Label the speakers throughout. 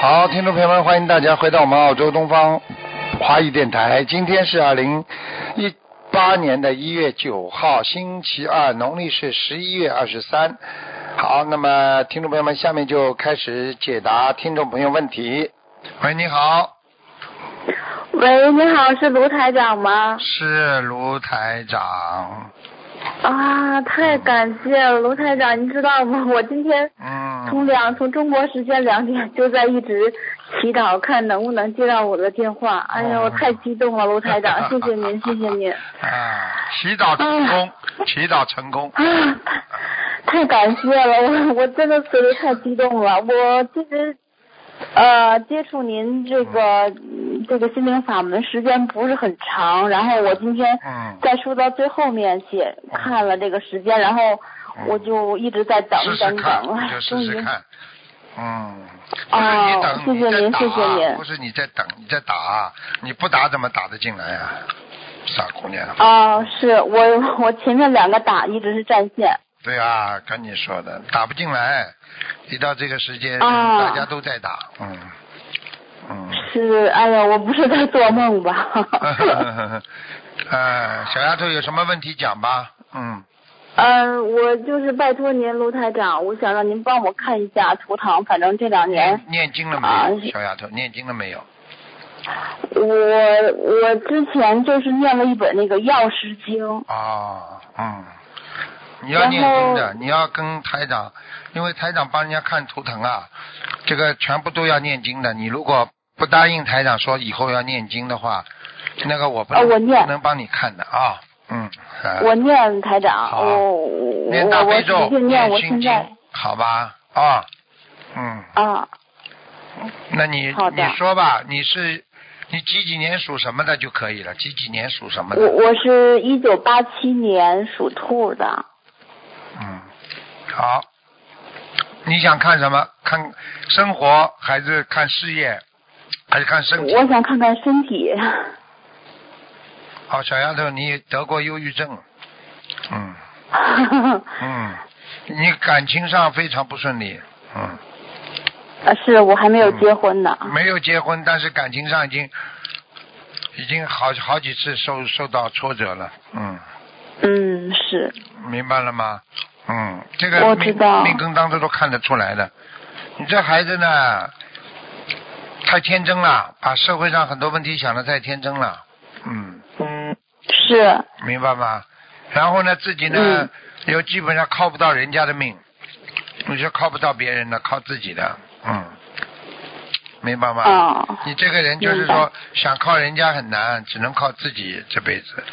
Speaker 1: 好，听众朋友们，欢迎大家回到我们澳洲东方华语电台。今天是二零一八年的一月九号，星期二，农历是十一月二十三。好，那么听众朋友们，下面就开始解答听众朋友问题。喂，你好，
Speaker 2: 喂，你好，是卢台长吗？
Speaker 1: 是卢台长。
Speaker 2: 啊，太感谢了，卢台长，您知道吗？ 我今天从
Speaker 1: 嗯，
Speaker 2: 两从中国时间两点就在一直祈祷，看能不能接到我的电话。哎呀，
Speaker 1: 哦
Speaker 2: 我太激动了，卢台长，谢谢您，谢谢 您。
Speaker 1: 啊，祈祷成功，祈祷成功。
Speaker 2: 啊，太感谢了，我我真的觉得太激动了。我其实呃接触您这个嗯这个心灵法门时间不是很长，然后我今天
Speaker 1: 嗯，
Speaker 2: 在书到最后面写看了这个时间，然后我就一直在等
Speaker 1: 嗯试试
Speaker 2: 等
Speaker 1: 看，
Speaker 2: 等，
Speaker 1: 你
Speaker 2: 哎
Speaker 1: 就
Speaker 2: 终
Speaker 1: 试
Speaker 2: 于
Speaker 1: 试看。嗯，不是你
Speaker 2: 哦
Speaker 1: 等，，
Speaker 2: 谢谢
Speaker 1: 你在
Speaker 2: 您，
Speaker 1: 打，
Speaker 2: 谢谢
Speaker 1: 不
Speaker 2: 您。
Speaker 1: 是你在等，你在打，你不打怎么打得进来呀、傻姑娘，
Speaker 2: 哦，是我我前面两个打一直是占线，
Speaker 1: 对啊，跟你说的，打不进来，一到这个时间，
Speaker 2: 哦
Speaker 1: 大家都在打，嗯，嗯。
Speaker 2: 是哎呀，我不是在做梦吧？
Speaker 1: 呃，小丫头有什么问题讲吧， 嗯，
Speaker 2: 嗯，我就是拜托您，卢台长，我想让您帮我看一下图腾。反正这两年
Speaker 1: 念，念经了没
Speaker 2: 啊
Speaker 1: 有？
Speaker 2: 是
Speaker 1: 小丫头念经了没有？
Speaker 2: 我我之前就是念了一本那个药师经。
Speaker 1: 哦，嗯，你要
Speaker 2: 然
Speaker 1: 念经
Speaker 2: 后
Speaker 1: 的，你要跟台长，因为台长帮人家看图腾啊，这个全部都要念经的。你如果不答应台长说以后要念经的话，那个我不能、
Speaker 2: 哦我念
Speaker 1: 不能帮你看的啊。嗯，呃
Speaker 2: 我念台长，
Speaker 1: 好啊
Speaker 2: 我我
Speaker 1: 念大
Speaker 2: 我
Speaker 1: 悲
Speaker 2: 我
Speaker 1: 咒，
Speaker 2: 使劲念，我
Speaker 1: 心
Speaker 2: 现在
Speaker 1: 经，好吧？啊，嗯，
Speaker 2: 啊，
Speaker 1: 那你
Speaker 2: 好的
Speaker 1: 你说吧，你是你几几年属什么的就可以了，几几年属什么
Speaker 2: 我
Speaker 1: 的，
Speaker 2: 我是一九八七年属兔的，
Speaker 1: 嗯，好。你想看什么？看生活还是看事业，还是看身体？
Speaker 2: 我想看看身体。
Speaker 1: 好，小丫头，你得过忧郁症，嗯嗯，你感情上非常不顺利，嗯，
Speaker 2: 呃 是我还没有结婚呢。
Speaker 1: 没有结婚，但是感情上已经已经好好几次受受到挫折了，嗯，
Speaker 2: 嗯，是。
Speaker 1: 明白了吗？嗯，这个
Speaker 2: 我
Speaker 1: 命
Speaker 2: 知道
Speaker 1: 命根当中都看得出来的。你这孩子呢，太天真了，把社会上很多问题想的太天真了。嗯，
Speaker 2: 是，
Speaker 1: 明白吗？然后呢，自己呢、
Speaker 2: 嗯
Speaker 1: 又基本上靠不到人家的命，你是靠不到别人的，靠自己的。嗯，明白吗？
Speaker 2: 哦，
Speaker 1: 你这个人就是
Speaker 2: 明
Speaker 1: 说
Speaker 2: 白
Speaker 1: 想靠人家很难，只能靠自己这辈子。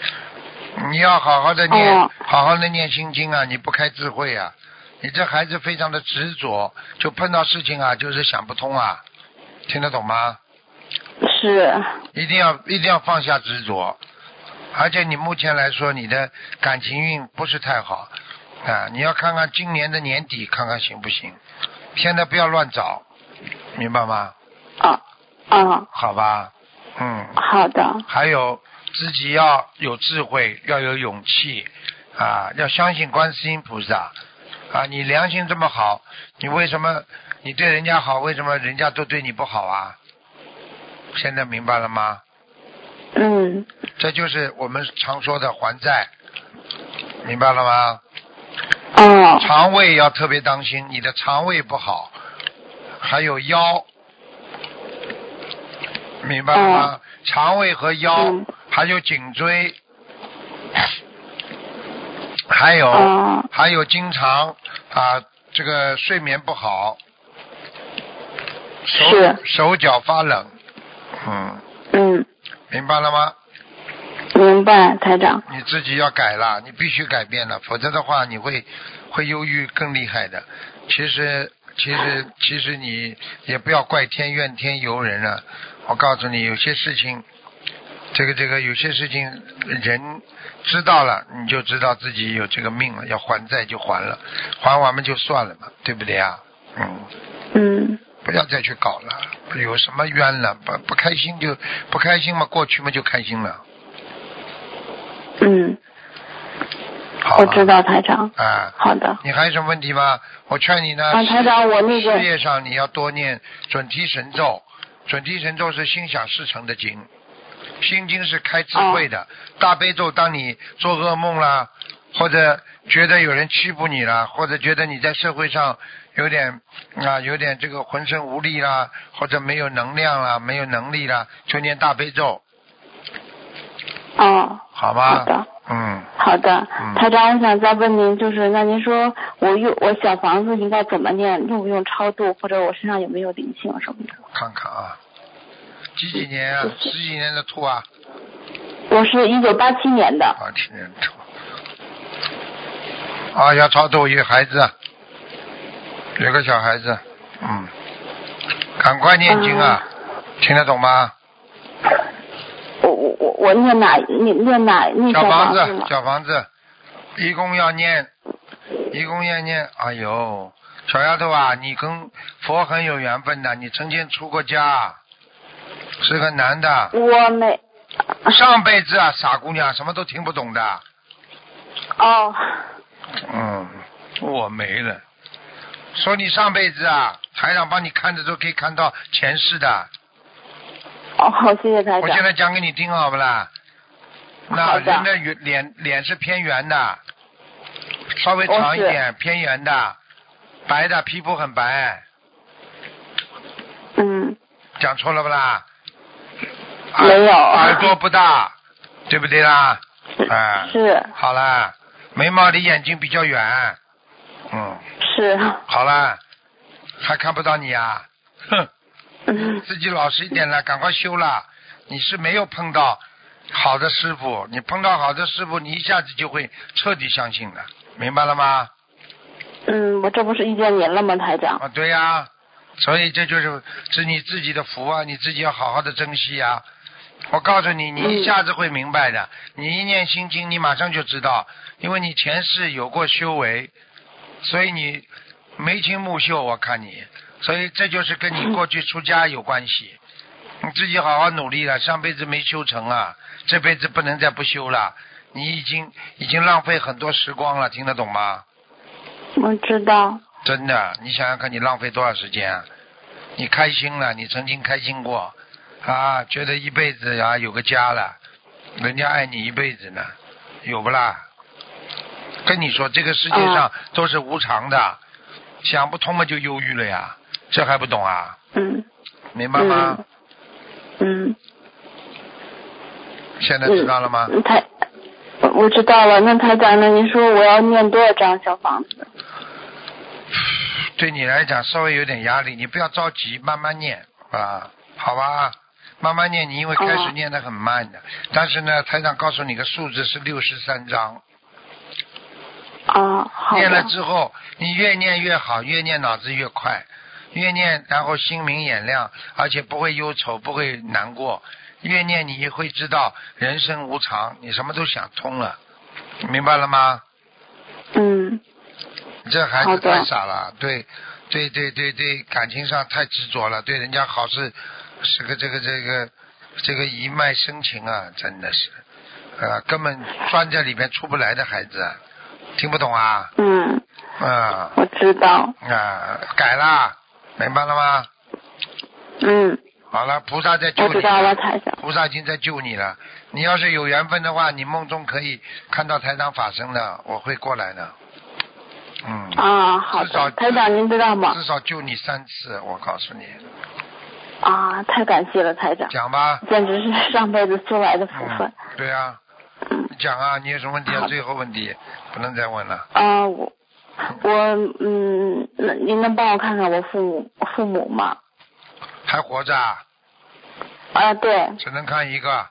Speaker 1: 你要好好的念，
Speaker 2: 哦
Speaker 1: 好好的念心经啊！你不开智慧啊！你这孩子非常的执着，就碰到事情啊，就是想不通啊，听得懂吗？
Speaker 2: 是，
Speaker 1: 一定要一定要放下执着，而且你目前来说，你的感情运不是太好啊，你要看看今年的年底看看行不行，现在不要乱找，明白吗？
Speaker 2: 啊啊，
Speaker 1: 好吧，嗯，
Speaker 2: 好的，
Speaker 1: 还有自己要有智慧，要有勇气啊，要相信观世音菩萨啊。你良心这么好，你为什么你对人家好，为什么人家都对你不好啊？现在明白了吗？
Speaker 2: 嗯，
Speaker 1: 这就是我们常说的还债，明白了吗？
Speaker 2: 哦，
Speaker 1: 肠胃要特别当心，你的肠胃不好，还有腰，明白了吗？肠胃和腰，
Speaker 2: 哦嗯
Speaker 1: 还有颈椎，还有、
Speaker 2: 哦，
Speaker 1: 还有经常啊，这个睡眠不好，手
Speaker 2: 是
Speaker 1: 手脚发冷，嗯，
Speaker 2: 嗯，
Speaker 1: 明白了吗？
Speaker 2: 明白，台长。
Speaker 1: 你自己要改了，你必须改变了，否则的话你会会忧郁更厉害的。其实其实其实你也不要怪天怨天尤人了、我告诉你，有些事情，这个这个有些事情人知道了，你就知道自己有这个命了，要还债就还了，还完嘛就算了嘛，对不对啊？嗯。
Speaker 2: 嗯，
Speaker 1: 不要再去搞了，有什么冤了？不不开心就不开心嘛，过去嘛就开心了。
Speaker 2: 嗯，
Speaker 1: 好吧
Speaker 2: 我知道台长。
Speaker 1: 啊，
Speaker 2: 好的。
Speaker 1: 你还有什么问题吗？我劝你呢，
Speaker 2: 啊，台长，我那个
Speaker 1: 事业上你要多念准提神咒，准提神咒是心想事成的经，心经是开智慧
Speaker 2: 哦
Speaker 1: 的。大悲咒，当你做噩梦啦，或者觉得有人欺负你啦，或者觉得你在社会上有点啊有点这个浑身无力啦，或者没有能量啦，没有能力啦，就念大悲咒，
Speaker 2: 哦，
Speaker 1: 好
Speaker 2: 好
Speaker 1: 吗？
Speaker 2: 的。
Speaker 1: 嗯，
Speaker 2: 好的
Speaker 1: 嗯，
Speaker 2: 台长，我想再问您，就是那您说我用我小房子应该怎么念，用不用超度，或者我身上有没有灵性什么的？
Speaker 1: 看看啊，几几年啊？十几年的兔啊？
Speaker 2: 我是一九八七年的，
Speaker 1: 啊，天天抽。啊，要超度一个孩子，有个小孩子，嗯，赶快念经啊，听得懂吗？
Speaker 2: 我我我我念哪念念哪念
Speaker 1: 嗯小
Speaker 2: 房
Speaker 1: 子
Speaker 2: 吗，？
Speaker 1: 小房子，一共要念，一共要念，哎呦，小丫头啊，你跟佛很有缘分的，你曾经出过家，是个男的，
Speaker 2: 我没
Speaker 1: 上辈子啊，傻姑娘，什么都听不懂的，
Speaker 2: 哦
Speaker 1: 嗯，我没了。说你上辈子啊，台长帮你看的时候可以看到前世的。
Speaker 2: 哦，好谢谢台
Speaker 1: 我现
Speaker 2: 长。
Speaker 1: 在讲给你听好不啦？那
Speaker 2: 好的
Speaker 1: 人的圆脸脸是偏圆的，稍微长一点，偏圆的，白的，皮肤很白。
Speaker 2: 嗯，
Speaker 1: 讲错了不啦？
Speaker 2: 没有
Speaker 1: 耳耳朵不大，对不对啦？哎、
Speaker 2: 是
Speaker 1: 好啦，眉毛离眼睛比较远，嗯，
Speaker 2: 是，
Speaker 1: 好啦，还看不到你啊，哼。
Speaker 2: 嗯
Speaker 1: 自己老实一点了，赶快修了。你是没有碰到好的师傅，你碰到好的师傅，你一下子就会彻底相信的，明白了吗？
Speaker 2: 嗯，我这不是遇见您了吗，台长？
Speaker 1: 啊，对呀、所以这就是是你自己的福啊，你自己要好好的珍惜啊。我告诉你，你一下子会明白的。你一念心经，你马上就知道，因为你前世有过修为，所以你眉清目秀。我看你，所以这就是跟你过去出家有关系。你自己好好努力了，上辈子没修成啊，这辈子不能再不修了。你已经已经浪费很多时光了，听得懂吗？
Speaker 2: 我知道，
Speaker 1: 真的，你想想看，你浪费多少时间啊？你开心了，你曾经开心过啊，觉得一辈子啊有个家了，人家爱你一辈子呢，有不啦？跟你说，这个世界
Speaker 2: 啊
Speaker 1: 上都是无常的，想不通嘛就忧郁了呀，这还不懂啊？
Speaker 2: 嗯
Speaker 1: 明白吗？
Speaker 2: 嗯嗯
Speaker 1: 现在
Speaker 2: 嗯，
Speaker 1: 知道了吗？
Speaker 2: 嗯台，我我知道了。那台长呢？您说我要念多少张小房子？
Speaker 1: 对你来讲稍微有点压力，你不要着急，慢慢念啊，好吧？慢慢念，你因为开始
Speaker 2: 哦
Speaker 1: 念的很慢的，但是呢，台长告诉你个数字是六十三章，
Speaker 2: 啊，好
Speaker 1: 念了
Speaker 2: 的，
Speaker 1: 之后，你越念越好，越念脑子越快，越念然后心明眼亮，而且不会忧愁，不会难过，越念你会知道人生无常，你什么都想通了，明白了吗？
Speaker 2: 嗯
Speaker 1: 这孩
Speaker 2: 好
Speaker 1: 子
Speaker 2: 的
Speaker 1: 太傻了，对，对对对对，感情上太执着了，对人家好事，是个这个这个这个一脉深情啊，真的是，呃，根本钻在里面出不来的孩子，听不懂啊，
Speaker 2: 嗯，
Speaker 1: 啊、
Speaker 2: 我知道，
Speaker 1: 啊、改啦，明白了吗？
Speaker 2: 嗯，
Speaker 1: 好了，菩萨在救
Speaker 2: 我
Speaker 1: 你啊
Speaker 2: 知道了，台长。
Speaker 1: 菩萨已经在救你了。你要是有缘分的话，你梦中可以看到台长法身的，我会过来的。嗯。
Speaker 2: 啊，好
Speaker 1: 至少
Speaker 2: 的，台长您知道吗
Speaker 1: 至？少救你三次，我告诉你，
Speaker 2: 啊，太感谢了，台长，
Speaker 1: 讲吧。
Speaker 2: 简直是上辈子修来的福分
Speaker 1: 嗯。，对啊，
Speaker 2: 嗯
Speaker 1: 你讲啊，你有什么问题啊？
Speaker 2: 好
Speaker 1: 最后问题不能再问了。
Speaker 2: 啊，我我嗯，那您能帮我看看我父母父母吗？
Speaker 1: 还活着啊？
Speaker 2: 啊，对，
Speaker 1: 只能看一个，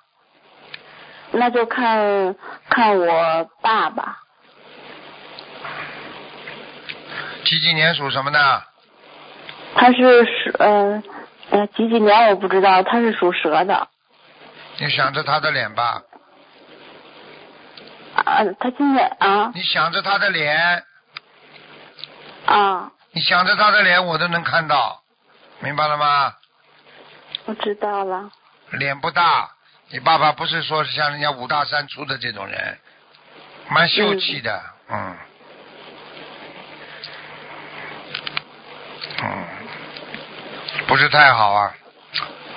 Speaker 2: 那就看看我爸爸，
Speaker 1: 几几年属什么的？
Speaker 2: 他是属呃呃几几年我不知道，他是属蛇的。
Speaker 1: 你想着他的脸吧，
Speaker 2: 啊，他今年啊
Speaker 1: 你想着他的脸，
Speaker 2: 啊，
Speaker 1: 你想着他的脸，我都能看到，明白了吗？
Speaker 2: 我知道了。
Speaker 1: 脸不大，你爸爸不是说像人家五大三粗的这种人，蛮秀气的，嗯，嗯，不是太好啊，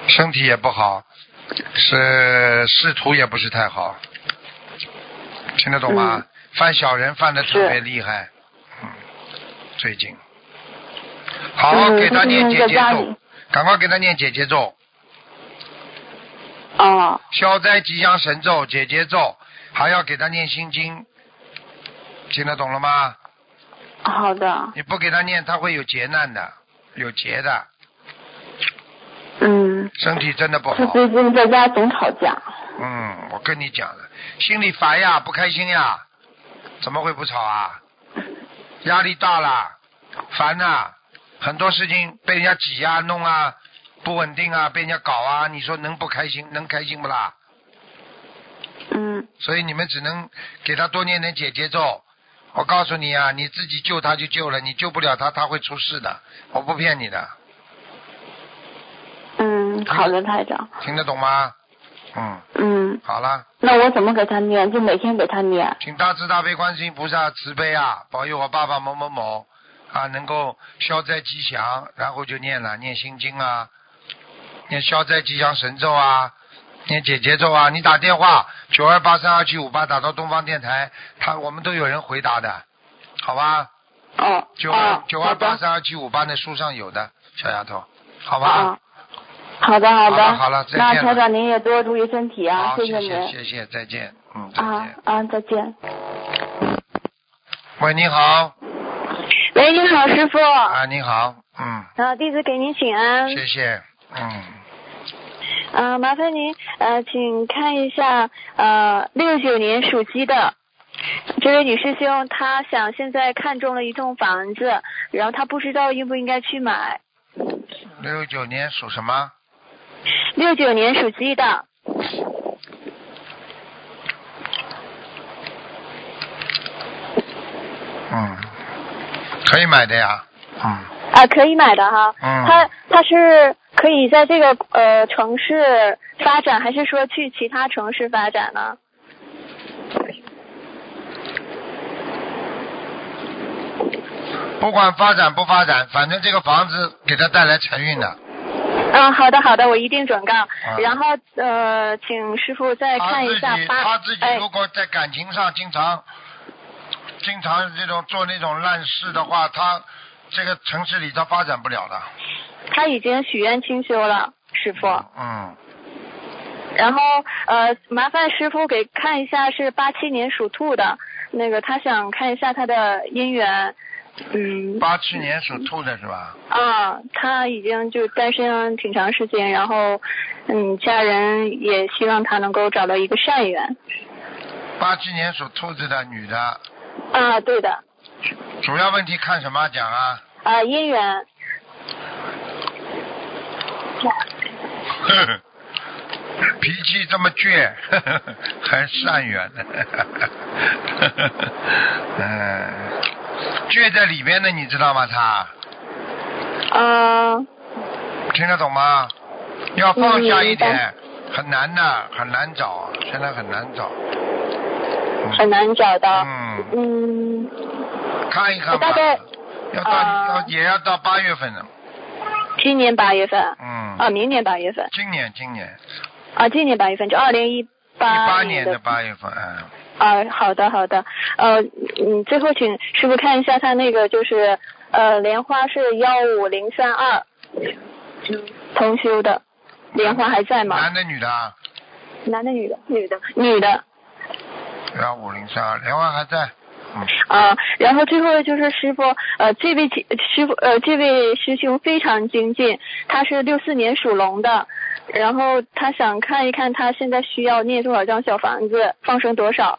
Speaker 1: 身体也不好，是仕途也不是太好，听得懂吗？
Speaker 3: 嗯
Speaker 1: 犯小人犯的特别
Speaker 3: 是
Speaker 1: 厉害，嗯，最近，好好给他
Speaker 3: 嗯
Speaker 1: 念
Speaker 3: 就
Speaker 1: 姐
Speaker 3: 是在
Speaker 1: 姐
Speaker 3: 家
Speaker 1: 咒
Speaker 3: 里，
Speaker 1: 赶快给他念姐姐咒，
Speaker 3: 哦，
Speaker 1: 消灾吉祥神咒、解结咒，还要给他念心经，听得懂了吗？
Speaker 3: 好的，
Speaker 1: 你不给他念，他会有劫难的，有劫的，
Speaker 3: 嗯，
Speaker 1: 身体真的不
Speaker 3: 他
Speaker 1: 哦好。
Speaker 3: 最近在家总吵架，
Speaker 1: 嗯，我跟你讲了，心里烦呀，不开心呀，怎么会不吵啊？压力大啦，烦呐、很多事情被人家挤呀、弄啊，不稳定啊，被人家搞啊，你说能不开心？能开心不啦？
Speaker 3: 嗯，
Speaker 1: 所以你们只能给他多念点解结咒。我告诉你啊，你自己救他就救了，你救不了他，他会出事的，我不骗你的，
Speaker 3: 嗯，好的，台长，
Speaker 1: 听得懂吗？嗯，
Speaker 3: 嗯，
Speaker 1: 好了，
Speaker 3: 那我怎么给他念？就每天给他念，
Speaker 1: 请大慈大悲观世音菩萨慈悲啊，保佑我爸爸某某某啊，能够消灾吉祥，然后就念了，念心经啊，念消灾吉祥神咒啊，念解结咒啊。你打电话九二八三二七五八打到东方电台，他我们都有人回答的，好吧？
Speaker 2: 啊
Speaker 3: 哦，
Speaker 1: 九二
Speaker 3: 哦，
Speaker 1: 九
Speaker 3: 好
Speaker 1: 二八
Speaker 3: 的，
Speaker 1: 三二七五八那书上有的，小丫头，好吧
Speaker 3: 啊，？好的，好
Speaker 1: 好
Speaker 3: 的，
Speaker 1: 了好了再见了
Speaker 3: 那台长您也多注意身体啊，
Speaker 1: 好，
Speaker 3: 谢
Speaker 1: 谢谢
Speaker 3: 您
Speaker 1: 谢谢，再见，嗯，再
Speaker 3: 啊
Speaker 1: 见。
Speaker 3: 啊，再见。
Speaker 1: 喂，你好，
Speaker 4: 喂，你好，师傅。
Speaker 1: 啊，你好，嗯，
Speaker 4: 呃，弟子给您请安。
Speaker 1: 谢谢，嗯，
Speaker 4: 呃，麻烦您呃，请看一下呃，六九年属鸡的这位女师兄，她想现在看中了一栋房子，然后她不知道应不应该去买。
Speaker 1: 六九年属什么？
Speaker 4: 六九年属鸡的，
Speaker 1: 嗯，可以买的呀，嗯，
Speaker 4: 啊、可以买的哈。
Speaker 1: 嗯
Speaker 4: 她她是可以在这个呃城市发展，还是说去其他城市发展呢？
Speaker 1: 不管发展不发展，反正这个房子给他带来财运的。
Speaker 4: 嗯，好的好的，我一定转告。然后呃，请师傅再
Speaker 1: 啊他
Speaker 4: 看一
Speaker 1: 自
Speaker 4: 下
Speaker 1: 己
Speaker 4: 八，
Speaker 1: 他自己
Speaker 4: 哎
Speaker 1: 如果在感情上经常、经常这种做那种烂事的话，他这个城市里他发展不了的。
Speaker 4: 他已经许愿清修了，师傅。
Speaker 1: 嗯，
Speaker 4: 然后呃，麻烦师傅给看一下是八七年属兔的，那个他想看一下他的姻缘。嗯
Speaker 1: 八七年属兔的是吧？
Speaker 4: 啊，他已经就单身挺长时间，然后嗯，家人也希望他能够找到一个善缘。
Speaker 1: 八七年属兔子的女的，
Speaker 4: 啊，对的，
Speaker 1: 主要问题看什么讲啊？
Speaker 4: 啊，姻缘。
Speaker 1: 呵呵脾气这么倔， 呵呵还善缘 呢。呵呵嗯，倔在里面的你知道吗？他。
Speaker 4: 啊
Speaker 1: 听得懂吗？要放下一
Speaker 4: 嗯
Speaker 1: 点，很难的，很难找，啊现在很难找。
Speaker 4: 很难找到。
Speaker 1: 嗯，
Speaker 4: 嗯，
Speaker 1: 看一看
Speaker 4: 我
Speaker 1: 吧
Speaker 4: 啊大概。
Speaker 1: 要到、
Speaker 4: 呃
Speaker 1: 要也要到八月份了。
Speaker 4: 今年八月份
Speaker 1: 嗯。
Speaker 4: 啊，明年八月份
Speaker 1: 今年今年
Speaker 4: 啊，今年八月份就二零一
Speaker 1: 一八
Speaker 4: 八
Speaker 1: 年的八月份，嗯，
Speaker 4: 啊，好的好的，呃，嗯，最后请师傅看一下他那个就是呃，莲花是幺五零三二，同修的，莲花还在吗
Speaker 1: 男？的女的啊？
Speaker 4: 男的女的？女的女的
Speaker 1: 幺五零三二，莲花还在。嗯，
Speaker 4: 啊，然后最后就是师傅，呃，这位姐师傅，呃，这位师兄非常精进，他是六四年属龙的，然后他想看一看他现在需要念多少张小房子，放生多少。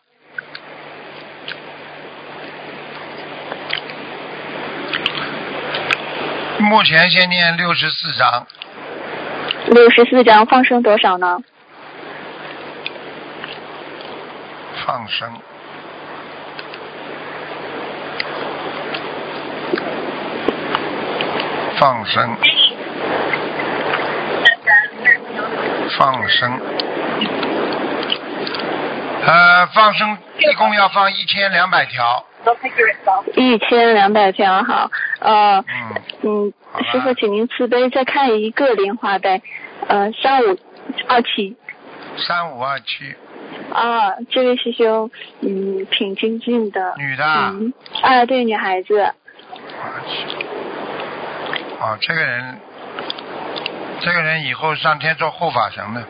Speaker 1: 目前先念六十四章，
Speaker 4: 六十四张，放生多少呢？
Speaker 1: 放生。放生，放生，呃，放生一共要放一千两百条。
Speaker 4: 一千两百条好，呃，
Speaker 1: 嗯，
Speaker 4: 嗯
Speaker 1: 好，吧
Speaker 4: 师傅，请您慈悲，再看一个莲花呗，呃，三五二七
Speaker 1: 三五二七，
Speaker 4: 啊，这位师兄，嗯，挺精进的，
Speaker 1: 女的。
Speaker 4: 嗯，啊，对，女孩子，
Speaker 1: 哦，这个人，这个人以后上天做护法神的。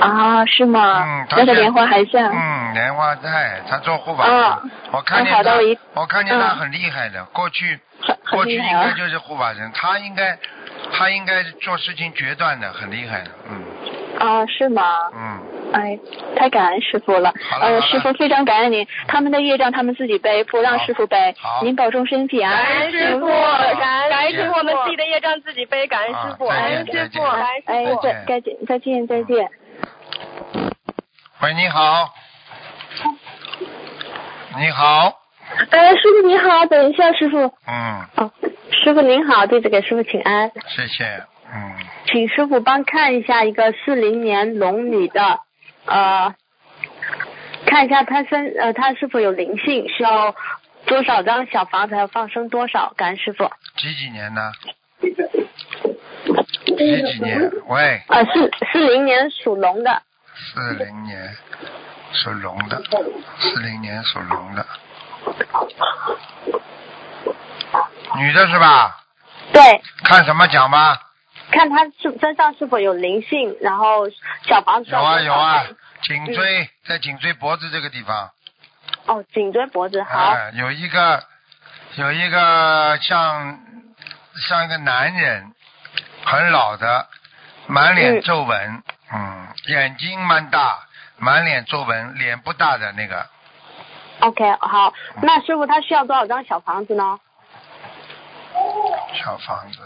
Speaker 4: 啊，是吗？
Speaker 1: 嗯她
Speaker 4: 那个
Speaker 1: 是
Speaker 4: 莲花还在，
Speaker 1: 嗯，莲花在，他做护法神。
Speaker 4: 啊
Speaker 1: 我看见
Speaker 4: 那好的
Speaker 1: 他
Speaker 4: 我一，
Speaker 1: 我看见他
Speaker 4: 嗯
Speaker 1: 很厉害的。过去，
Speaker 4: 很
Speaker 1: 过
Speaker 4: 很
Speaker 1: 去
Speaker 4: 厉
Speaker 1: 应
Speaker 4: 害
Speaker 1: 该
Speaker 4: 啊，
Speaker 1: 就是护法神，他应该，他应该做事情决断的，很厉害的。嗯
Speaker 4: 啊，是吗？
Speaker 1: 嗯，
Speaker 4: 哎，太感恩师傅了
Speaker 1: 好，了好
Speaker 4: 呃，
Speaker 1: 了
Speaker 4: 师傅非常感恩您，他们的业障他们自己背，不让
Speaker 1: 好
Speaker 4: 师傅背
Speaker 1: 好，
Speaker 4: 您保重身体啊，
Speaker 5: 感恩师傅，
Speaker 4: 呃
Speaker 5: 感恩
Speaker 1: 感恩
Speaker 5: 感
Speaker 1: 师
Speaker 5: 恩
Speaker 1: 傅
Speaker 5: 我们自己的业障自己背，感恩师傅，
Speaker 1: 啊
Speaker 5: 感
Speaker 1: 再
Speaker 5: 恩
Speaker 1: 见
Speaker 5: 师傅，
Speaker 1: 再见
Speaker 5: 感恩师
Speaker 4: 哎
Speaker 5: 傅。，
Speaker 4: 再再见，再见，再见。
Speaker 1: 喂，你好，你好，
Speaker 3: 哎，师傅您好，等一下，师傅。
Speaker 1: 嗯，
Speaker 3: 哦，师傅您好，弟子给师傅请安，
Speaker 1: 谢谢，嗯，
Speaker 3: 请师傅帮看一下一个四零年龙女的，呃，看一下她身呃她是否有灵性，需要多少张小房子，还有放生多少？感恩师傅。
Speaker 1: 几几年呢？几几年？喂，
Speaker 3: 呃，四四零年属龙的，
Speaker 1: 四零年属龙的，四零年属龙的，女的是吧？
Speaker 3: 对，
Speaker 1: 看什么讲吧？
Speaker 3: 看她是身上是否有灵性，然后小房子
Speaker 1: 有啊
Speaker 3: 要多少
Speaker 1: 有啊
Speaker 3: 张。，
Speaker 1: 颈椎在颈椎脖子这个地方，
Speaker 3: 哦，颈椎脖子好，
Speaker 1: 哎有一个有一个像像一个男人，很老的，满脸
Speaker 3: 嗯
Speaker 1: 皱纹，嗯，眼睛蛮大，满脸皱纹，脸不大的那个，
Speaker 3: OK，好，那师傅他需要多少张小房子呢？
Speaker 1: 小房子，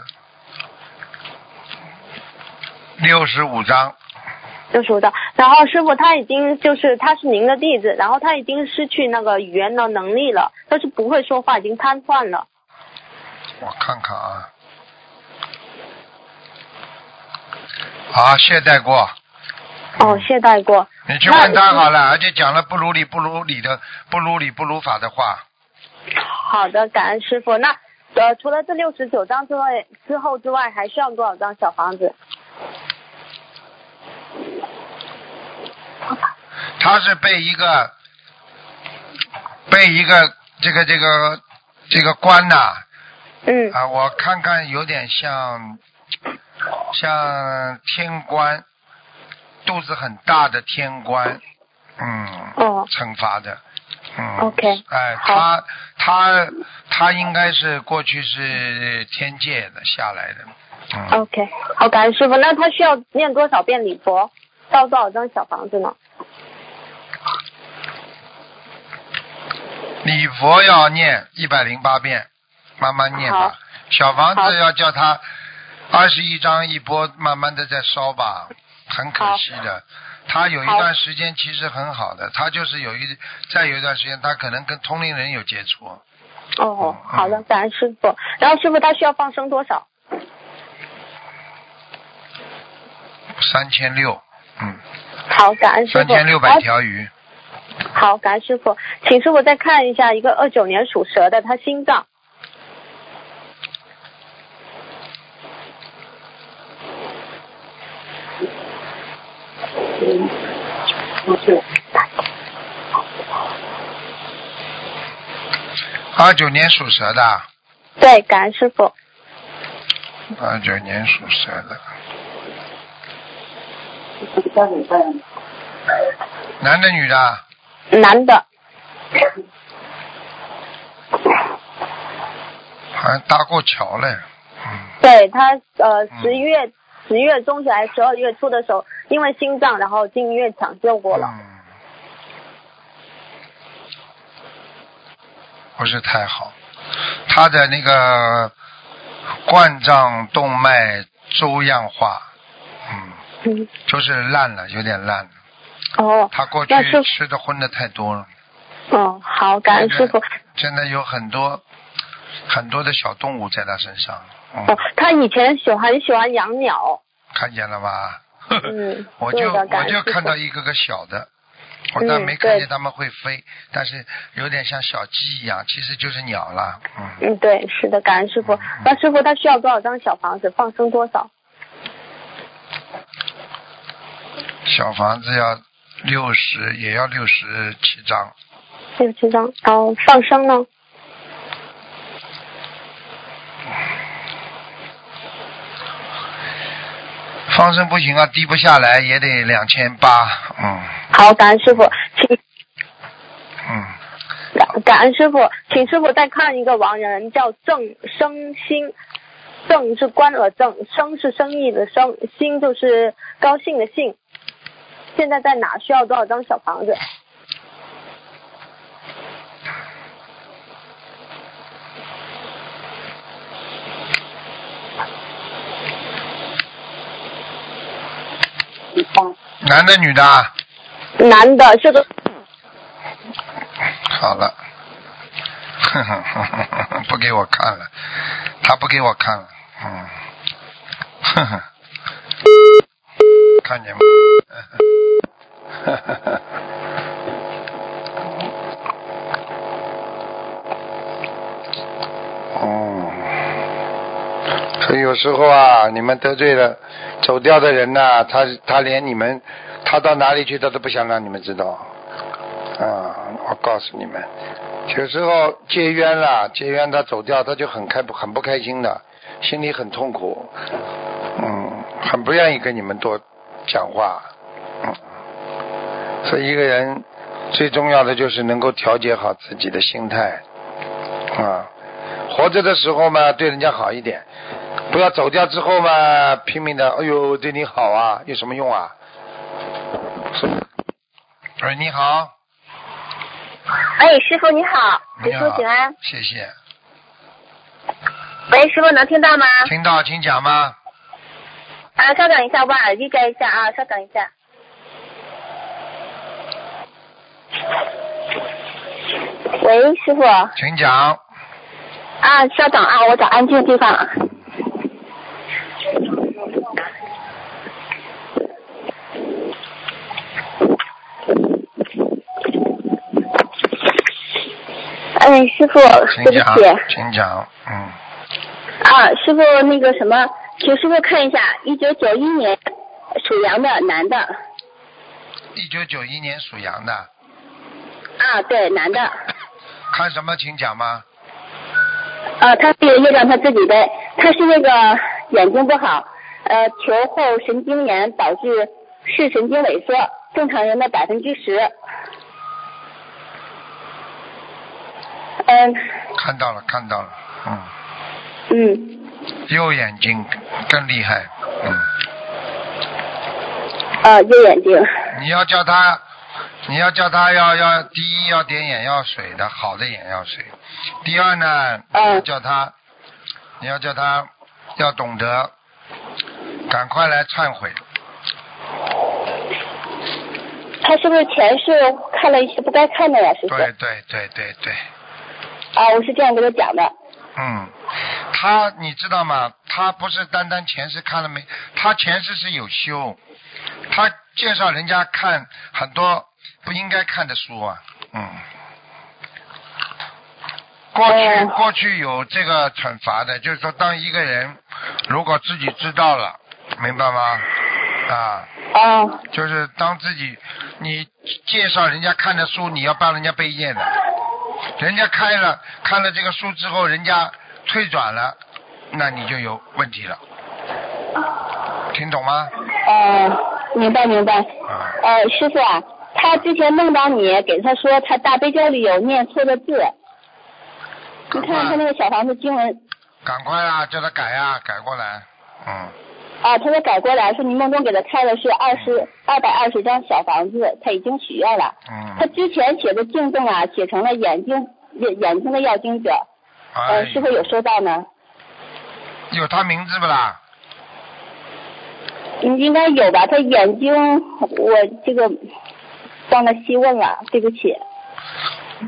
Speaker 1: 六十五张，
Speaker 3: 就是我的。然后师傅他已经就是他是您的弟子，然后他已经失去那个语言的能力了，他是不会说话，已经瘫痪了。
Speaker 1: 我看看啊，啊，懈怠过，
Speaker 3: 哦，懈怠过。
Speaker 1: 嗯你去问他
Speaker 3: 那
Speaker 1: 好了，而且讲了不如理不如理的不如理不如法的话，
Speaker 3: 嗯好的，感恩师傅。那呃，除了这六十九张之外之后之外，还需要多少张小房子？
Speaker 1: 他是被一个被一个这个这个这个官呐啊
Speaker 3: 嗯，
Speaker 1: 我看看有点像像天官，肚子很大的天官，嗯，
Speaker 3: 哦，
Speaker 1: 惩罚的，嗯
Speaker 3: OK，
Speaker 1: 哎，
Speaker 3: 好
Speaker 1: 他他他应该是过去是天界的下来的，嗯。
Speaker 3: OK，好，感恩师傅。那他需要念多少遍礼佛，到多少张小房子呢？
Speaker 1: 礼佛要念一百零八遍，慢慢念吧
Speaker 3: 好。
Speaker 1: 小房
Speaker 3: 好
Speaker 1: 子要叫他二十一张一波，慢慢的再烧吧，很可
Speaker 3: 好
Speaker 1: 惜的。他有一
Speaker 3: 好
Speaker 1: 段时间其实很好的，他就是有一再有一段时间，他可能跟通灵人有接触，嗯
Speaker 3: 哦，好的，感恩师傅。然后师傅他需要放生多少？
Speaker 1: 三千六，嗯，
Speaker 3: 好，感恩师
Speaker 1: 三
Speaker 3: 傅。哎
Speaker 1: 千六
Speaker 3: 然
Speaker 1: 百
Speaker 3: 后
Speaker 1: 条鱼，
Speaker 3: 好，感恩师傅，请师傅再看一下一个二九年属蛇的，他心脏
Speaker 1: 二九年属蛇的，
Speaker 3: 对，感恩师傅。
Speaker 1: 二九年属蛇的，男的女的？
Speaker 3: 男的，
Speaker 1: 好像搭过桥了，嗯。
Speaker 3: 对他呃
Speaker 1: 嗯
Speaker 3: 十一月十月中旬还是十二月初的时候，因为心脏然后进医院抢救过了。
Speaker 1: 嗯，不是太好，他的那个冠状动脉粥样化，嗯，
Speaker 3: 嗯，
Speaker 1: 就是烂了，有点烂了。
Speaker 3: 哦，
Speaker 1: 他过去
Speaker 3: 那是
Speaker 1: 吃的荤的太多了，
Speaker 4: 哦
Speaker 3: 嗯，好，感恩师傅。
Speaker 1: 现在有很多很多的小动物在他身上，嗯，
Speaker 3: 哦，他以前喜欢喜欢养鸟，
Speaker 1: 看见了吧？
Speaker 3: 嗯
Speaker 1: 我
Speaker 3: 对
Speaker 1: 就
Speaker 3: 的 感
Speaker 1: 我
Speaker 3: 恩
Speaker 1: 就
Speaker 3: 师
Speaker 1: 看
Speaker 3: 父
Speaker 1: 到一个个小的，我倒没
Speaker 3: 嗯
Speaker 1: 看
Speaker 3: 对
Speaker 1: 见他们会飞，但是有点像小鸡一样，其实就是鸟了。嗯，
Speaker 3: 嗯，对，是的，感恩师傅。那师傅他需要多少张小房子？放生多少？
Speaker 1: 小房子要六十，也要六十七张，
Speaker 3: 六七张。哦，放生呢？
Speaker 1: 放生不行啊，低不下来也得两千八。嗯
Speaker 3: 好，感恩师傅，请
Speaker 1: 嗯，
Speaker 3: 感恩师傅，请师傅再看一个亡人，叫郑生兴。郑是官尔郑，生是生意的生，兴就是高兴的兴。现在在哪？需要多少张小房子？
Speaker 1: 男的女的啊？
Speaker 3: 男的是个
Speaker 1: 好了， 哼哼哼哼哼，不给我看了，他不给我看了，嗯，哼哼，看见吗？ 嗯，所以有时候啊，你们得罪了走掉的人呐、他他连你们他到哪里去，他都不想让你们知道。啊，我告诉你们，有时候结冤了，结冤他走掉，他就很开很不开心的，心里很痛苦，嗯，很不愿意跟你们多讲话，嗯，所以一个人最重要的就是能够调节好自己的心态，啊，活着的时候嘛，对人家好一点，不要走掉之后嘛，拼命的，哎呦，对你好啊，有什么用啊？是喂，你好。
Speaker 2: 哎，师傅你好，
Speaker 1: 你
Speaker 2: 师
Speaker 1: 好
Speaker 2: 傅请安。
Speaker 1: 谢谢。
Speaker 2: 喂，师傅能听到吗？
Speaker 1: 听到，请讲吗？
Speaker 2: 啊，稍等一下，我把耳机摘一下啊，稍等一下。喂，师傅
Speaker 1: 请讲。
Speaker 2: 啊，稍等啊，我找安静的地方啊。哎，师傅，
Speaker 1: 请
Speaker 2: 对不
Speaker 1: 讲
Speaker 2: 起，，
Speaker 1: 请讲。嗯，
Speaker 2: 啊，师傅，那个什么，请师傅看一下，一九九一年属羊的男的，
Speaker 1: 一九九一年属羊的，
Speaker 2: 啊，对，男的，
Speaker 1: 看什么？请讲吗？
Speaker 2: 啊，他是业障他自己的，他是那个眼睛不好，呃，球后神经炎导致视神经萎缩，正常人的百分之十。嗯
Speaker 1: 看到了，看到了。嗯，
Speaker 2: 嗯，
Speaker 1: 右眼睛更厉害。嗯，
Speaker 2: 啊，右眼睛，
Speaker 1: 你要叫他，你要叫他要要第一要点眼药水的，好的眼药水。第二呢，你
Speaker 2: 嗯
Speaker 1: 要叫他，你要叫他要懂得，赶快来忏悔。
Speaker 2: 他是不是前世看了一些不该看的呀？师傅？
Speaker 1: 对对对对对。
Speaker 2: 啊，我是这样跟他讲的。
Speaker 1: 嗯，他你知道吗？他不是单单前世看了没，他前世是有修，他介绍人家看很多不应该看的书啊，嗯。过去
Speaker 2: 哦
Speaker 1: 过去有这个惩罚的，就是说，当一个人如果自己知道了，明白吗？啊，
Speaker 2: 啊，
Speaker 1: 就是当自己你介绍人家看的书，你要帮人家背业的。人家开了看了这个书之后，人家退转了，那你就有问题了。听懂吗？
Speaker 2: 哦，明白明白。
Speaker 1: 啊，
Speaker 2: 呃，师傅啊，他之前梦到你，给他说他大悲咒里有念错的字，你
Speaker 1: 赶
Speaker 2: 看看他那
Speaker 1: 快
Speaker 2: 个小房子经文
Speaker 1: 赶快啊，叫他改啊，改过来。嗯，
Speaker 2: 啊，他说改过来，说你梦中给他开的是二十二百二十张小房子，他已经许愿了。他
Speaker 1: 嗯，
Speaker 2: 之前写的净动啊，写成了眼睛眼眼睛的要经者，
Speaker 1: 哎
Speaker 2: 呃，，是否有收到呢？
Speaker 1: 有他名字不啦？
Speaker 2: 嗯，应该有吧？他眼睛我这个忘了细问了，对不起。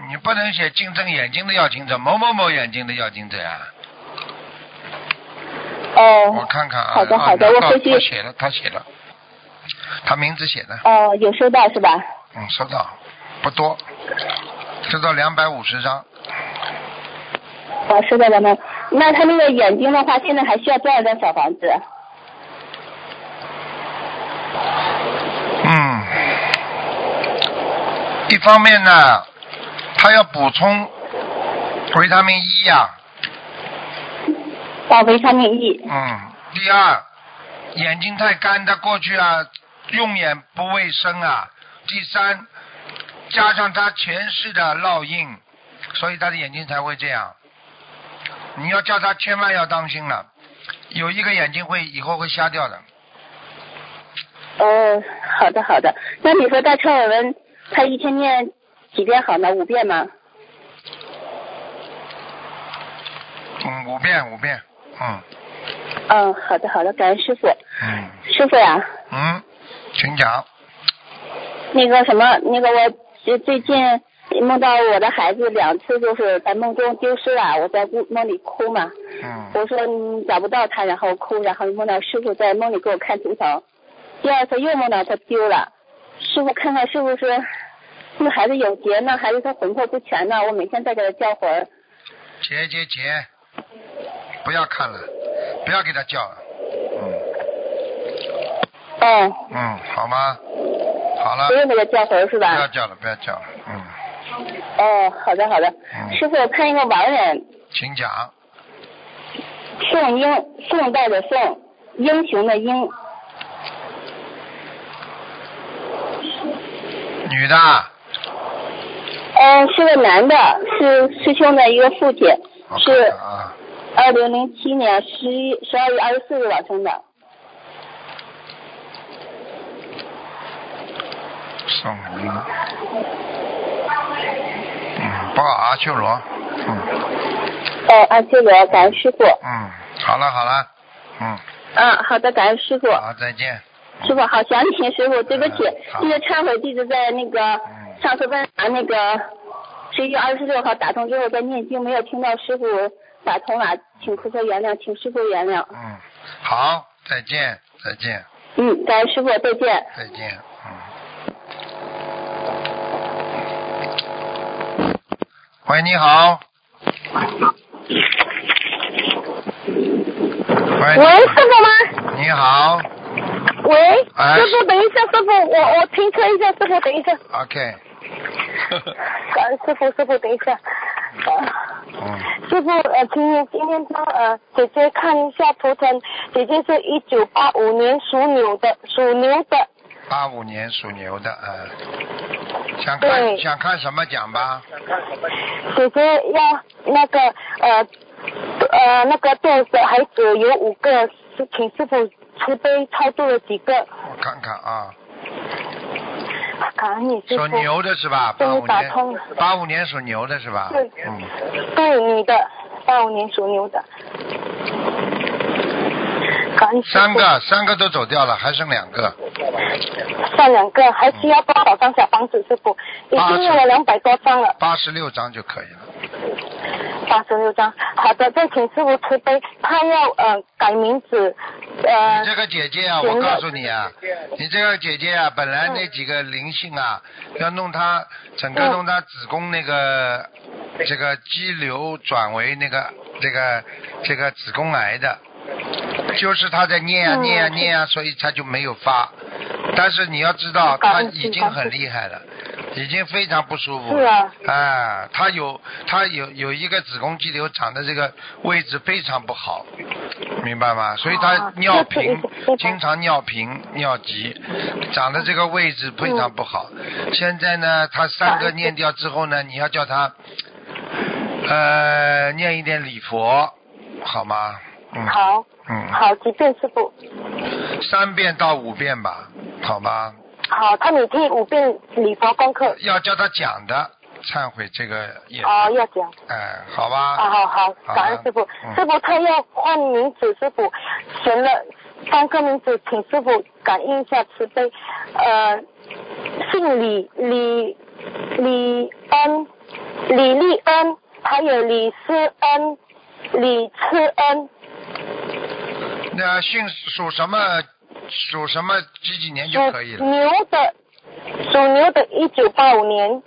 Speaker 1: 你不能写竞争眼睛的要精者，某某某眼睛的要精者啊。
Speaker 2: 哦，
Speaker 1: 我看看啊，
Speaker 2: 好的
Speaker 1: 啊
Speaker 2: 好的
Speaker 1: 那
Speaker 2: 我
Speaker 1: 倒
Speaker 2: 回去
Speaker 1: 他写了，他写了，他名字写的。
Speaker 2: 哦，有收到是吧？
Speaker 1: 嗯，收到，不多，收到两百五十张，
Speaker 2: 啊，收到了吗？那他那个眼睛的话，现在还需要多少张小房子？
Speaker 1: 嗯，一方面呢，他要补充维他命 E 呀、
Speaker 2: 到维他命 E。
Speaker 1: 嗯，第二，眼睛太干，他过去啊用眼不卫生啊。第三，加上他前世的烙印，所以他的眼睛才会这样。你要叫他千万要当心了，有一个眼睛会以后会瞎掉的。
Speaker 2: 哦，好的好的。那你说大超耳温，他一天念几遍好呢？五遍吗？
Speaker 1: 嗯，五遍五遍，嗯
Speaker 2: 嗯，好的好的，感恩师傅。
Speaker 1: 嗯
Speaker 2: 师傅呀、
Speaker 1: 嗯，请讲。
Speaker 2: 那个什么，那个我最最近梦到我的孩子两次，就是在梦中丢失了，我在屋梦里哭嘛，
Speaker 1: 嗯
Speaker 2: 我说你找不到他，然后哭，然后梦到师傅在梦里给我看图腾，第二次又梦到他丢了，师傅看看是不是这个孩子有劫呢，还是他魂魄不全呢？我每天在给他叫魂儿，
Speaker 1: 结结结，不要看了，不要给他叫了。嗯
Speaker 2: 哦，
Speaker 1: 嗯，好吗？好了
Speaker 2: 不。用给他叫魂儿是吧？
Speaker 1: 不要叫了，不要叫了，嗯，
Speaker 2: 哦，好的好的，
Speaker 1: 嗯
Speaker 2: 师傅，我看一个亡人，
Speaker 1: 请讲，
Speaker 2: 宋英，宋代的宋，英雄的英，
Speaker 1: 女的啊，
Speaker 2: 嗯，是个男的，是师兄的一个父亲，
Speaker 1: 我看
Speaker 2: 是
Speaker 1: 看啊，
Speaker 2: 二零零七年十一十二月二十四日往生的。
Speaker 1: 宋英，嗯，报阿修罗，嗯
Speaker 2: 哦，阿修罗，感恩师傅。
Speaker 1: 嗯，好了好了，嗯，
Speaker 2: 嗯，好的，感恩师傅。
Speaker 1: 好，再见，
Speaker 2: 师傅好，想你，师傅，对不起
Speaker 1: 嗯，好
Speaker 2: 那个忏悔弟子在那个
Speaker 1: 嗯
Speaker 2: 上次问答那个十一月二十六号打通之后在念经，没有听到师傅打通了，请菩萨原谅，请师傅原谅。
Speaker 1: 嗯，好，再见，再见，
Speaker 2: 嗯，感恩师傅，再见。
Speaker 1: 再见，嗯。喂，你好。喂，
Speaker 6: 喂，师傅吗？
Speaker 1: 你好
Speaker 6: 喂，
Speaker 1: 哎
Speaker 6: 师傅，等一下，师傅，我我停车一下，师傅，等一下，
Speaker 1: ，OK，
Speaker 6: 感恩啊师傅，师傅，等一下。呃
Speaker 1: 嗯，
Speaker 6: 师傅，呃，请你今天帮呃姐姐看一下图腾，姐姐是一九八五年属牛的，属牛的，
Speaker 1: 八五年属牛的，嗯，想看
Speaker 6: 对
Speaker 1: 想看什么奖吧？
Speaker 6: 姐姐要那个呃呃那个肚子孩子有五个，请师傅慈悲超度了几个，啊
Speaker 1: 我看看啊，
Speaker 6: 感恩你师
Speaker 1: 属
Speaker 6: 傅。
Speaker 1: 牛的是吧？八
Speaker 6: 终
Speaker 1: 五
Speaker 6: 于打
Speaker 1: 年
Speaker 6: 通了，
Speaker 1: 八五年属牛的是吧？
Speaker 6: 对
Speaker 1: 嗯，
Speaker 6: 对，女的，八五年属牛的。感恩师
Speaker 1: 三
Speaker 6: 傅
Speaker 1: 个三个都走掉了，还剩两个，
Speaker 6: 算两个，还需要多少张小房子？师傅已
Speaker 1: 八十
Speaker 6: 经用了两百多张了，
Speaker 1: 八十六张就可以了。
Speaker 6: 八十六张。好的，再请师傅慈悲，他要呃改名字，呃
Speaker 1: 你这个姐姐啊，
Speaker 6: 行了
Speaker 1: 我告诉你啊，你这个姐姐啊，本来那几个灵性啊，要弄她整个
Speaker 6: 嗯
Speaker 1: 弄她子宫那个这个肌瘤转为那个这个这个子宫癌的，就是她在念啊
Speaker 6: 嗯
Speaker 1: 念啊念啊，所以她就没有发。但是你要知道，
Speaker 6: 嗯感
Speaker 1: 她
Speaker 6: 恩
Speaker 1: 已
Speaker 6: 心
Speaker 1: 经
Speaker 6: 感
Speaker 1: 很
Speaker 6: 恩
Speaker 1: 厉害了，已经非常不舒服
Speaker 6: 是
Speaker 1: 了。
Speaker 6: 啊，
Speaker 1: 啊，她有她有有一个子宫肌瘤长的这个位置非常不好，明白吗？所以她
Speaker 6: 啊
Speaker 1: 尿
Speaker 6: 这是一
Speaker 1: 频
Speaker 6: 个非，常
Speaker 1: 经常尿频、尿急，长的这个位置非常不好。
Speaker 6: 嗯
Speaker 1: 现在呢，她三个念掉之后呢，你要叫她呃念一点礼佛，好吗？嗯，
Speaker 6: 好，
Speaker 1: 嗯，
Speaker 6: 好几遍师傅，
Speaker 1: 三遍到五遍吧，好吗？
Speaker 6: 好，啊他每天五遍礼佛功课，
Speaker 1: 要叫她讲的忏悔这个也，哎、
Speaker 6: 哦要讲。
Speaker 1: 好吧？
Speaker 6: 啊，好好，感恩师傅
Speaker 1: 嗯。
Speaker 6: 师傅他要换名字，师傅选了三个名字，请师傅感应一下慈悲。呃，姓李，李李恩，李立恩，还有李思恩，李次恩，
Speaker 1: 那姓属什么？属什么几几年就可以
Speaker 6: 属
Speaker 1: 了？
Speaker 6: 牛的，属牛的，一九八五年。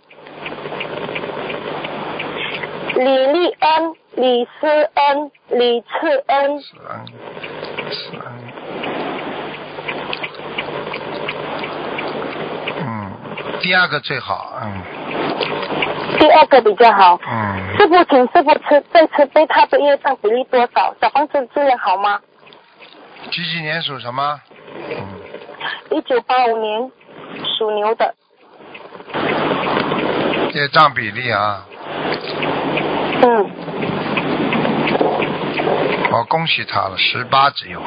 Speaker 6: 李立恩、李思恩、李次恩，
Speaker 1: 是啊，是啊。嗯，第二个最好，嗯
Speaker 6: 第二个比较好。
Speaker 1: 嗯，
Speaker 6: 师傅，请师傅吃这慈悲他的业障比例多少？小房子质量好吗？
Speaker 1: 几几年属什么？嗯，
Speaker 6: 一九八五年属牛的，
Speaker 1: 业障比例啊，
Speaker 6: 嗯，
Speaker 1: 我恭喜他了，十八只有，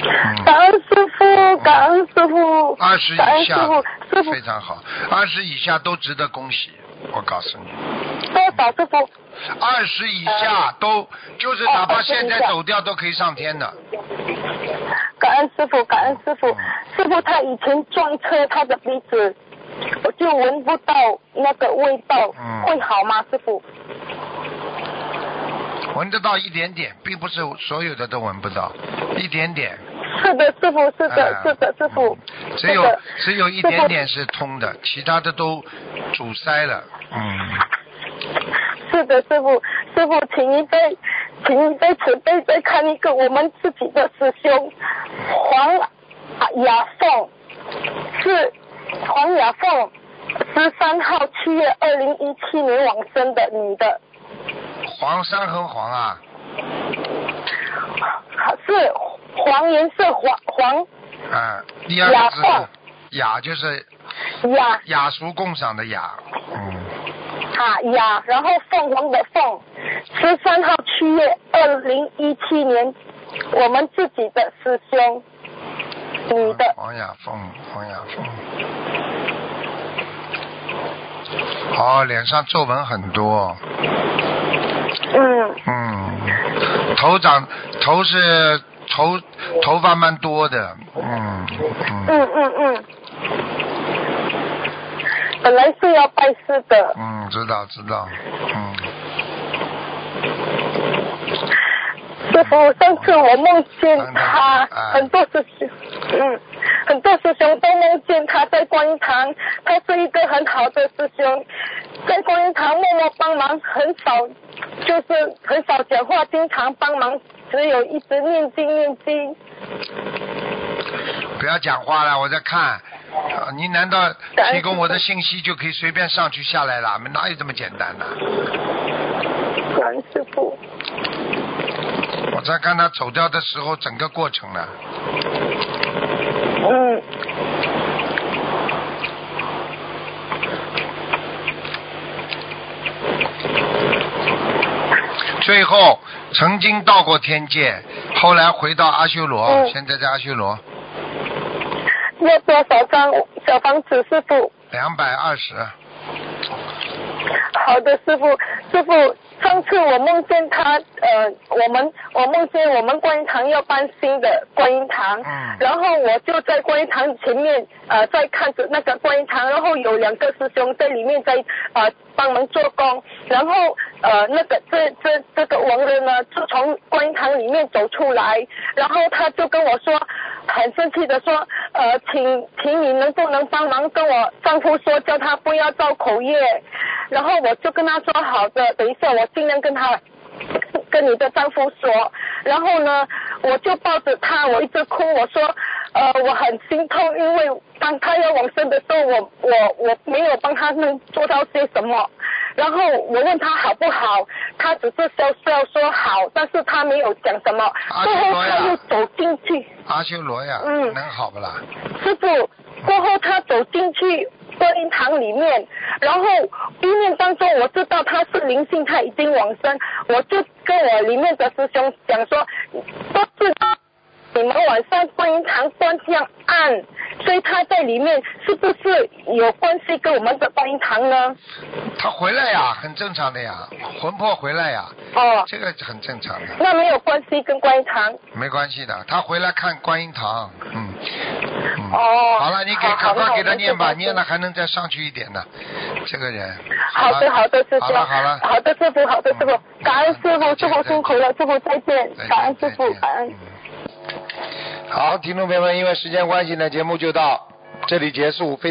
Speaker 1: 嗯，
Speaker 6: 感恩师傅，感恩师傅，
Speaker 1: 二十以
Speaker 6: 感哎恩师
Speaker 1: 下
Speaker 6: 傅，师傅
Speaker 1: 非常好，二十以下都值得恭喜，我告诉你。
Speaker 6: 多少师傅？
Speaker 1: 二十以下都，就是哪怕
Speaker 6: 呃哦
Speaker 1: 现在走掉都可以上天的。
Speaker 6: 感恩师傅，感恩师傅
Speaker 1: 嗯。
Speaker 6: 师傅他以前撞车，他的鼻子我就闻不到那个味道，
Speaker 1: 嗯
Speaker 6: 会好吗，师傅？
Speaker 1: 闻得到一点点，并不是所有的都闻不到，一点点。
Speaker 6: 是的，师傅，是的，
Speaker 1: 哎
Speaker 6: 是的，师傅
Speaker 1: 嗯。只有
Speaker 6: 是的
Speaker 1: 只有一点点是通的，其他的都阻塞了。嗯，
Speaker 6: 是的，师傅，师傅，请一杯，请一杯慈悲再看一个我们自己的师兄黄雅凤，是黄雅凤，十三号七月二零一七年往生的女的，
Speaker 1: 黄山和黄啊，
Speaker 6: 是黄颜色黄黄
Speaker 1: 啊，第二个
Speaker 6: 雅凤
Speaker 1: 字雅就是
Speaker 6: 雅
Speaker 1: 雅俗共赏的雅。嗯，
Speaker 6: 啊雅，然后凤凰的凤，十三号七月二零一七年我们自己的师兄女的。
Speaker 1: 黄雅凤，黄雅凤。哦，脸上皱纹很多。
Speaker 6: 嗯，
Speaker 1: 嗯，头长头是头头发蛮多的，嗯嗯
Speaker 6: 嗯嗯嗯，本来是要拜师的，
Speaker 1: 嗯，知道知道，嗯
Speaker 6: 师傅，上次我梦见他
Speaker 1: 嗯嗯嗯，
Speaker 6: 很多师兄，嗯，很多师兄都梦见他在观音堂，他是一个很好的师兄，在观音堂默默帮忙，很少，就是很少讲话，经常帮忙，只有一直念经念经。
Speaker 1: 不要讲话了，我在看。啊你难道
Speaker 6: 感恩
Speaker 1: 提供我的信息就可以随便上去下来了？哪有这么简单啊的？
Speaker 6: 感恩师傅，
Speaker 1: 我在看他走掉的时候整个过程呢。
Speaker 6: 嗯，
Speaker 1: 最后曾经到过天界，后来回到阿修罗，
Speaker 6: 嗯
Speaker 1: 现在在阿修罗
Speaker 6: 要多少张小房子，师傅？
Speaker 1: 两百二十。
Speaker 6: 好的，师傅，师傅，上次我梦见他，呃，我们我梦见我们观音堂要搬新的观音堂，
Speaker 1: 嗯
Speaker 6: 然后我就在观音堂前面，呃，在看着那个观音堂，然后有两个师兄在里面在呃帮忙做工，然后呃那个这这这个王人呢，就从观音堂里面走出来，然后他就跟我说，很生气的说，呃，请请你能不能帮忙跟我丈夫说，叫他不要造口业，然后我就跟他说好的，等一下我尽量跟他跟你的丈夫说，然后呢，我就抱着他，我一直哭，我说，呃，我很心痛，因为当他要往生的时候，我我我没有帮他能做到些什么。然后我问他好不好，他只是笑笑说好，但是他没有讲什么。
Speaker 1: 啊
Speaker 6: 最
Speaker 1: 这
Speaker 6: 后
Speaker 1: 个呀
Speaker 6: 他又走进去，
Speaker 1: 阿修罗呀，
Speaker 6: 嗯
Speaker 1: 能好不啦？
Speaker 6: 师傅，过后他走进去观音堂里面，然后意念当中我知道他是灵性，他已经往生，我就跟我里面的师兄讲说，都是你们晚上观音堂关这样暗，所以他在里面是不是有关系跟我们的观音堂呢？
Speaker 1: 他回来呀，很正常的呀，魂魄回来呀，
Speaker 6: 哦，
Speaker 1: 这个很正常的，
Speaker 6: 那没有关系跟观音堂。
Speaker 1: 没关系的。他回来看观音堂，嗯，嗯
Speaker 6: 哦
Speaker 1: 好了，你给赶
Speaker 6: 好好那
Speaker 1: 快
Speaker 6: 我
Speaker 1: 给他
Speaker 6: 们
Speaker 1: 念
Speaker 6: 就
Speaker 1: 吧，
Speaker 6: 到这
Speaker 1: 念了还能再上去一点呢。这个人，
Speaker 6: 好的，好的，师
Speaker 1: 好
Speaker 6: 兄。
Speaker 1: 了好了，
Speaker 6: 好的，师傅，好的，师
Speaker 1: 嗯
Speaker 6: 傅，感恩师傅，
Speaker 1: 再见
Speaker 6: 师傅辛苦了，师傅再见
Speaker 1: 再见，
Speaker 6: 感恩师傅
Speaker 1: 再见，
Speaker 6: 感恩。
Speaker 1: 嗯好，听众朋友们，因为时间关系呢，节目就到这里结束，非常。